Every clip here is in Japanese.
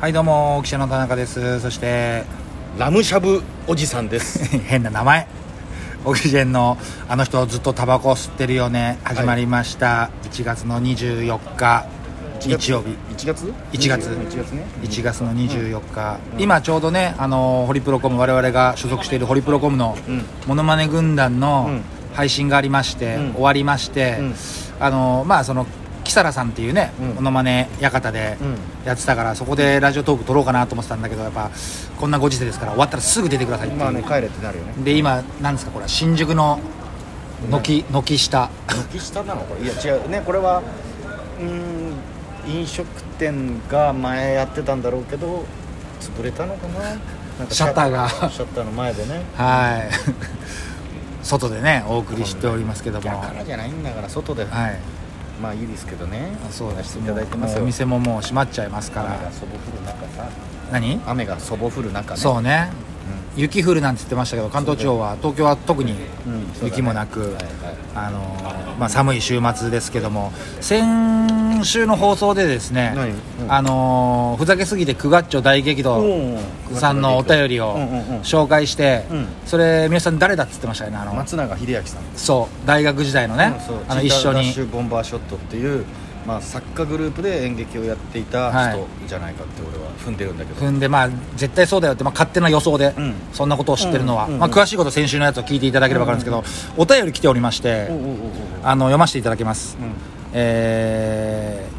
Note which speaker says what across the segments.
Speaker 1: はいどうも記者の田中ですそして
Speaker 2: ラムしゃぶおじさんです
Speaker 1: 変な名前オキジェンのあの人ずっとタバコ吸ってるよね始まりました、1月の24日 日曜日
Speaker 2: 1月
Speaker 1: 1月
Speaker 2: 1月ね
Speaker 1: 1月の24日、今ちょうどねあのホリプロコム我々が所属しているホリプロコムの
Speaker 2: ん
Speaker 1: ものまね軍団の
Speaker 2: うん
Speaker 1: 配信がありまして、
Speaker 2: うん
Speaker 1: 終わりまして、
Speaker 2: うん
Speaker 1: あのまあそのキサラさんっていうね
Speaker 2: うん
Speaker 1: ものまね館でやってたからそこでラジオトーク撮ろうかなと思ってたんだけどやっぱこんなご時世ですから終わったらすぐ出てくださいっていう、
Speaker 2: まあね帰れってなるよね
Speaker 1: で今なんですかこれは新宿の軒軒下
Speaker 2: 軒下なのこれいや違うねこれはうーん飲食店が前やってたんだろうけど潰れたのかななんか
Speaker 1: シャッターが
Speaker 2: シャッターの前でね
Speaker 1: はい 外でねお送りしておりますけども
Speaker 2: だからじゃないんだから外で、
Speaker 1: はい
Speaker 2: まあいいですけどね
Speaker 1: あそうで
Speaker 2: 出し
Speaker 1: す
Speaker 2: ていただいてま
Speaker 1: もう
Speaker 2: すよ
Speaker 1: お
Speaker 2: 雨
Speaker 1: 店ももう閉まっちゃいますから
Speaker 2: がそぼ降る中さ
Speaker 1: 何
Speaker 2: 雨がそぼ降る中ね
Speaker 1: そうね雪降るなんて言ってましたけど関東地方は東京は特に
Speaker 2: うん、うんそうだね
Speaker 1: 雪もなく、
Speaker 2: はいはい
Speaker 1: あのーまあ、寒い週末ですけども先週の放送でですね、
Speaker 2: 何うん
Speaker 1: あのーふざけすぎて九ガッチョ大激怒さんのお便りを
Speaker 2: うんうんうん
Speaker 1: 紹介して、
Speaker 2: うん
Speaker 1: それ皆さん誰だっつってましたよねあの、
Speaker 2: 松永秀明さん
Speaker 1: そう大学時代のね、
Speaker 2: うんそう
Speaker 1: あの
Speaker 2: チー
Speaker 1: 一
Speaker 2: ター
Speaker 1: 緒
Speaker 2: ダッ
Speaker 1: に
Speaker 2: シュボンバーショットっていう、まあ、作家グループで演劇をやっていた
Speaker 1: はい
Speaker 2: 人じゃないかって俺は踏んでるんだけど、
Speaker 1: 踏んでまあ絶対そうだよって、まあ、勝手な予想で、
Speaker 2: うん
Speaker 1: そんなことを知ってるのは、
Speaker 2: うんうんうん
Speaker 1: まあ、詳しいこと先週のやつを聞いていただければ分かるんですけど、お便り来ておりまして、
Speaker 2: おうおうおうおう
Speaker 1: あの読ませていただきます、えー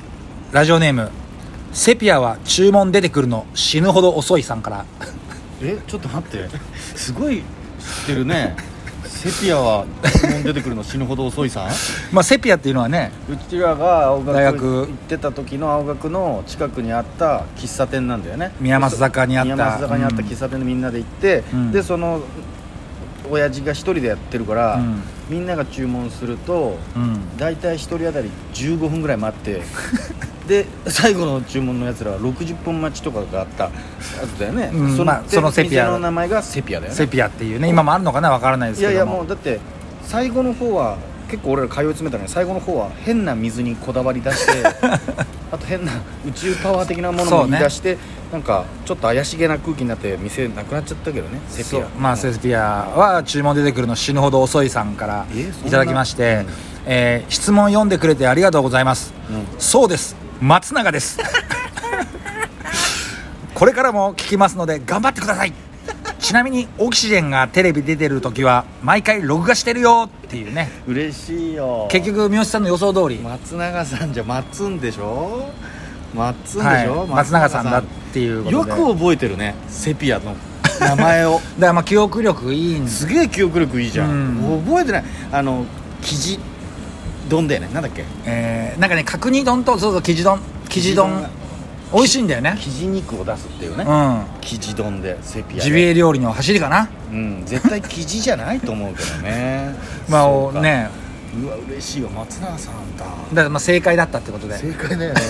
Speaker 1: ラジオネーム「セピアは注文出てくるの死ぬほど遅い」さんから
Speaker 2: うんえちょっと待ってすごい知って るねセピアは注文出てくるの死ぬほど遅いさん
Speaker 1: まあセピアっていうのはね
Speaker 2: うちらが青学
Speaker 1: 大
Speaker 2: 行
Speaker 1: 学
Speaker 2: ってた時の青学の近くにあった喫茶店なんだよね
Speaker 1: 宮益坂にあった
Speaker 2: 宮益坂にあった
Speaker 1: うん
Speaker 2: 喫茶店でみんなで行って、
Speaker 1: うん
Speaker 2: でその親父が一人でやってるから、
Speaker 1: うん
Speaker 2: みんなが注文すると
Speaker 1: うん
Speaker 2: 大体1人当たり15分ぐらい待ってで最後の注文のやつらは60分待ちとかがあったあとだよね、
Speaker 1: うんまあ
Speaker 2: で
Speaker 1: そのセピア
Speaker 2: 店の名前がセピアだよね
Speaker 1: セピアっていうね今もあるのかな分からないです
Speaker 2: い
Speaker 1: けど
Speaker 2: や
Speaker 1: も
Speaker 2: いやもうだって最後の方は結構俺ら通い詰めたのに最後の方は変な水にこだわり出して あと変な宇宙パワー的なもの
Speaker 1: そ
Speaker 2: も
Speaker 1: う
Speaker 2: 言
Speaker 1: ね
Speaker 2: い出して、なんかちょっと怪しげな空気になって店なくなっちゃったけどねセピ
Speaker 1: そ
Speaker 2: ア
Speaker 1: うまあ、セピアは注文出てくるの死ぬほど遅いさんから
Speaker 2: えそんない
Speaker 1: ただきまして
Speaker 2: うん、
Speaker 1: えー質問読んでくれてありがとうございます、
Speaker 2: う
Speaker 1: そうです松永です これからも聞きますので頑張ってくださいちなみにオキシジェンがテレビ出てる時は毎回録画してるよっていうね
Speaker 2: 嬉しいよ
Speaker 1: 結局三好さんの予想通り、
Speaker 2: 松永さんじゃ松んでしょ松んで
Speaker 1: は
Speaker 2: し
Speaker 1: い
Speaker 2: ょ、
Speaker 1: 松永さんだっていうこと
Speaker 2: よ
Speaker 1: で
Speaker 2: く覚えてるねセピアの名 前を
Speaker 1: だからまあ記憶力いいんです
Speaker 2: すげえ記憶力いいじゃん、
Speaker 1: う
Speaker 2: 覚えてないあの生地丼だよねなんだっけ
Speaker 1: えーなんかね角煮丼とそうそう生地丼生地丼美味しいんだよね
Speaker 2: 生地肉を出すっていうね、
Speaker 1: うん
Speaker 2: 生地丼でセピアで
Speaker 1: ジビエ料理の走りかな
Speaker 2: うん絶対生地じゃないと思うけどね
Speaker 1: ま
Speaker 2: そう
Speaker 1: あ
Speaker 2: か
Speaker 1: ね
Speaker 2: うわ嬉しいよ松永さんだ
Speaker 1: だからまあ正解だったってことで
Speaker 2: 正解だよね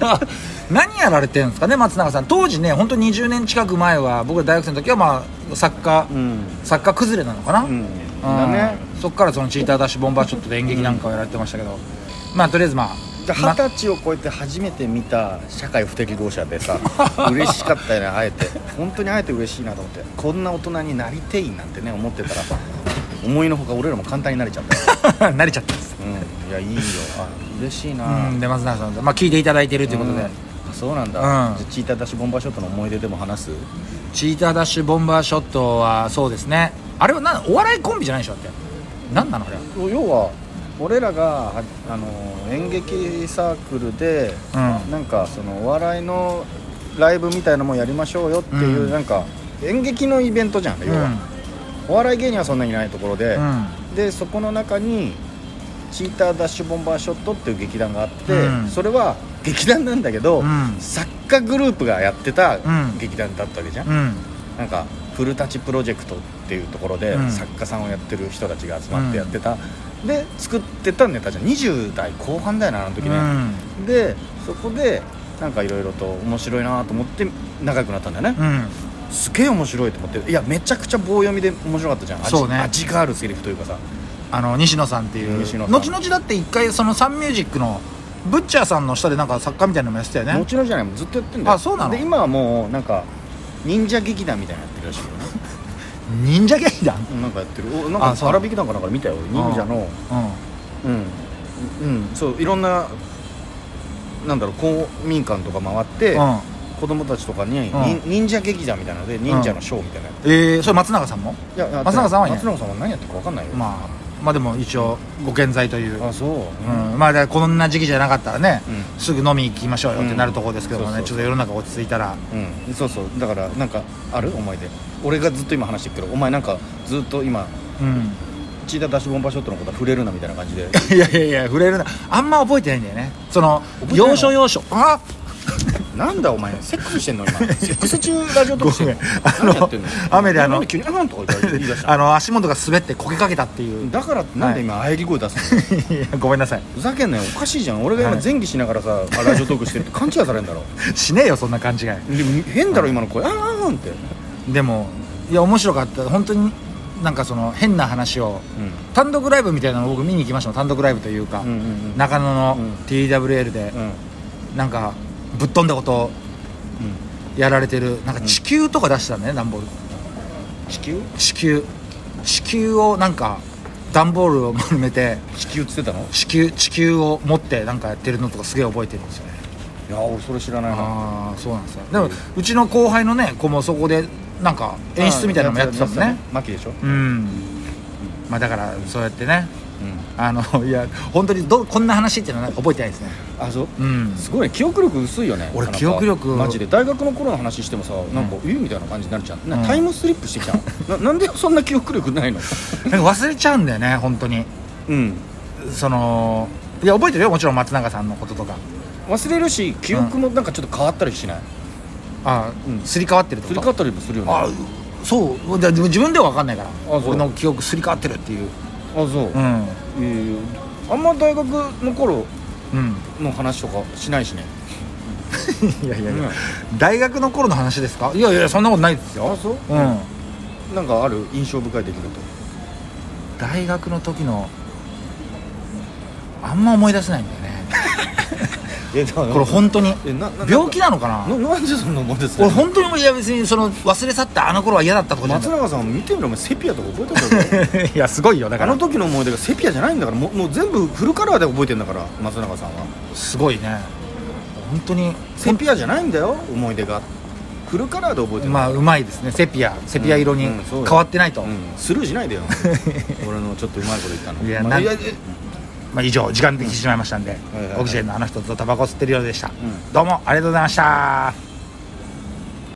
Speaker 1: 何やられてるんですかね松永さん当時ね本当20年近く前は僕ら大学生の時はまあ作家、
Speaker 2: うん
Speaker 1: 作家崩れなのかな、
Speaker 2: うん
Speaker 1: うん
Speaker 2: だね
Speaker 1: そっからそのチーターダッシュボンバーショットで演劇なんかをやられてましたけど、まあとりあえずまあ
Speaker 2: で
Speaker 1: ま
Speaker 2: 二十歳を超えて初めて見た社会不適合者 でさ嬉しかったよねあえて本当にあえて嬉しいなと思ってこんな大人になりていなんてね思ってたら思いのほか俺らも簡単になれちゃった よ、
Speaker 1: 慣れちゃったんです、
Speaker 2: うん、いやいいよあ嬉しいな、
Speaker 1: うん、で松永さんまあ聞いていただいてるということで、
Speaker 2: うんあそうなんだ、
Speaker 1: うん
Speaker 2: じゃあチーターダッシュボンバーショットの思い出でも話す
Speaker 1: チーターダッシュボンバーショットはそうですねあれはなお笑いコンビじゃないでしょだって何なのあれは
Speaker 2: 要は俺らがはあの演劇サークルで、
Speaker 1: うん
Speaker 2: なんかそのお笑いのライブみたいなもんやりましょうよっていう、
Speaker 1: うん
Speaker 2: なんか演劇のイベントじゃん要は、お笑い芸人はそんなにいないところで、
Speaker 1: うん、うん
Speaker 2: でそこの中にチーターダッシュボンバーショットっていう劇団があって、
Speaker 1: うん
Speaker 2: それは劇団なんだけど、
Speaker 1: うん
Speaker 2: 作家グループがやってた
Speaker 1: うん
Speaker 2: 劇団だったわけじゃん、
Speaker 1: うん
Speaker 2: なんかフルタチプロジェクトっていうところで、
Speaker 1: うん
Speaker 2: 作家さんをやってる人たちが集まってやってた、で作ってたネタじゃん20代後半だよなあの時
Speaker 1: う
Speaker 2: ね、
Speaker 1: ん
Speaker 2: でそこでなんかいろいろと面白いなと思って仲良くなったんだよね、
Speaker 1: うん
Speaker 2: すげえ面白いと思っていやめちゃくちゃ棒読みで面白かったじゃん味
Speaker 1: そうね
Speaker 2: 味があるセリフというかさ
Speaker 1: あの西野さんっていう
Speaker 2: 西野さん
Speaker 1: 後々だって一回そのサンミュージックのブッチャーさんの下でなんか作家みたいなのもやってたよ
Speaker 2: も
Speaker 1: ね
Speaker 2: ちろんじゃないもうずっとやってんだよ
Speaker 1: あそうなの
Speaker 2: で今はもうなんか忍者劇団みたいなのやってるらしいよね
Speaker 1: 忍者劇団
Speaker 2: うんなんかやってるおなん
Speaker 1: あ
Speaker 2: か
Speaker 1: そう
Speaker 2: 荒引き団かなんか見たよ忍者の
Speaker 1: う
Speaker 2: うん、うん、そういろんななんだろう公民館とか回って、
Speaker 1: ん、うん、
Speaker 2: 子供たちとかに、に
Speaker 1: うん
Speaker 2: 忍者劇団みたいなので忍者のショーみたいなのやって
Speaker 1: えー、それ松永さんも
Speaker 2: いややってない
Speaker 1: 松永さんはいない
Speaker 2: 松永さんは何やってるか分かんないよ、
Speaker 1: まあまあでも一応ご健在という、うん
Speaker 2: あそううん
Speaker 1: まあだからこんな時期じゃなかったらね、
Speaker 2: う
Speaker 1: すぐ飲み行きましょうよってなるところですけどもね、
Speaker 2: うんそう
Speaker 1: ち
Speaker 2: そ
Speaker 1: ょ
Speaker 2: う
Speaker 1: っと世の中落ち着いたら
Speaker 2: ん、そうそうだからなんかある思い出俺がずっと今話してるけどお前なんかずっと今
Speaker 1: うん
Speaker 2: チーターダッシュボンバーショットのことは触れるなみたいな感じで
Speaker 1: いやいやいや触れるなあんま覚えてないんだよねその
Speaker 2: 覚えてないの
Speaker 1: 要所要所あ
Speaker 2: なんだお前セックスしてんの 今セックス中ラジオとかしてん
Speaker 1: ご
Speaker 2: の
Speaker 1: めん
Speaker 2: 何やってんの
Speaker 1: あの雨であの
Speaker 2: なん急にあんとか言って言い 出した
Speaker 1: あの足元が滑ってこけかけたっていう
Speaker 2: だからってなんで今喘ぎ声出すの、
Speaker 1: いや ごめんなさい
Speaker 2: ふざけんなよおかしいじゃん俺が今前戯しながらさ、ラジオトークしてると勘違いされるんだろ
Speaker 1: しねえよそんな勘違
Speaker 2: でも変だろ今の声あーあーんって、
Speaker 1: いでもいや面白かった本当になんかその変な話を
Speaker 2: うん
Speaker 1: 単独ライブみたいなのを僕見に行きましたもん単独ライブというか、
Speaker 2: うんうんうん
Speaker 1: 中野の
Speaker 2: うん
Speaker 1: TWL で
Speaker 2: うん
Speaker 1: なんかぶっ飛んだことをやられてるなんか地球とか出してたんだね段ボール
Speaker 2: 地球
Speaker 1: 地球地球をなんか段ボールを丸めて
Speaker 2: 地球っつってたの
Speaker 1: 地球地球を持ってなんかやってるのとかすげえ覚えてるんですよね
Speaker 2: いやー俺それ知らないな
Speaker 1: ああそうなんですよでもうちの後輩のね子もそこでなんか演出みたいなのもやってたもんね
Speaker 2: マキでしょ、
Speaker 1: うんまあだからそうやってね
Speaker 2: う
Speaker 1: あのいや本当にどうこんな話っていうのは覚えてないですね
Speaker 2: ん、あそう
Speaker 1: うん
Speaker 2: すごいね記憶力薄いよね
Speaker 1: 俺
Speaker 2: 田中
Speaker 1: 記憶力
Speaker 2: マジで大学の頃の話してもさなんか「えみたいな感じになるじゃん、な
Speaker 1: うん
Speaker 2: タイムスリップしてきたの ななんでそんな記憶力ないの
Speaker 1: なんか忘れちゃうんだよね本当に
Speaker 2: うん
Speaker 1: そのいや覚えてるよもちろん松永さんのこととか
Speaker 2: 忘れるし記憶もなんかちょっと変わったりしない
Speaker 1: ああ、
Speaker 2: うん
Speaker 1: すり替わってる
Speaker 2: す
Speaker 1: と
Speaker 2: り替
Speaker 1: か
Speaker 2: わったりもするよね
Speaker 1: あそうだ自分では分かんないから
Speaker 2: そう
Speaker 1: 俺の記憶すり替わってるっていう
Speaker 2: あそう、
Speaker 1: うん
Speaker 2: えーあんま大学の頃
Speaker 1: うん
Speaker 2: の話とかしないしね
Speaker 1: いやいやいや、
Speaker 2: う
Speaker 1: 大学の頃の話ですかいやいやそんなことないですよ
Speaker 2: あそう
Speaker 1: うん
Speaker 2: なんかある印象深い出来事
Speaker 1: 大学の時のあんま思い出せないんだよね
Speaker 2: えだか
Speaker 1: これ本当に
Speaker 2: えなな
Speaker 1: 病気なのかな
Speaker 2: ななんでそんな思うんですか
Speaker 1: 俺本当にいや別にその忘れ去ったあの頃は嫌だったとかじゃ
Speaker 2: 松
Speaker 1: な
Speaker 2: 永さん見てみろお前セピアとか覚えてるだろ
Speaker 1: いいやすごいよだか
Speaker 2: あの
Speaker 1: ら
Speaker 2: 時の思い出がセピアじゃないんだからもうもう全部フルカラーで覚えてんだから松永さんは
Speaker 1: すごいね本当に
Speaker 2: セピアじゃないんだよ思い出がフルカラーで覚えてる
Speaker 1: まあうまいですねセピアセピア色に
Speaker 2: うんうんそう
Speaker 1: 変
Speaker 2: よ
Speaker 1: わってないと、
Speaker 2: うんスルーしない でよ俺のちょっとうまいこと言ったの
Speaker 1: いや
Speaker 2: まあ
Speaker 1: なん
Speaker 2: いやいや
Speaker 1: まあ、以上時間できてしまいましたんで、
Speaker 2: うんはいはいはい
Speaker 1: オキシエンのあの人とタバコ吸ってるようでした、
Speaker 2: ん
Speaker 1: どうもありがとうございました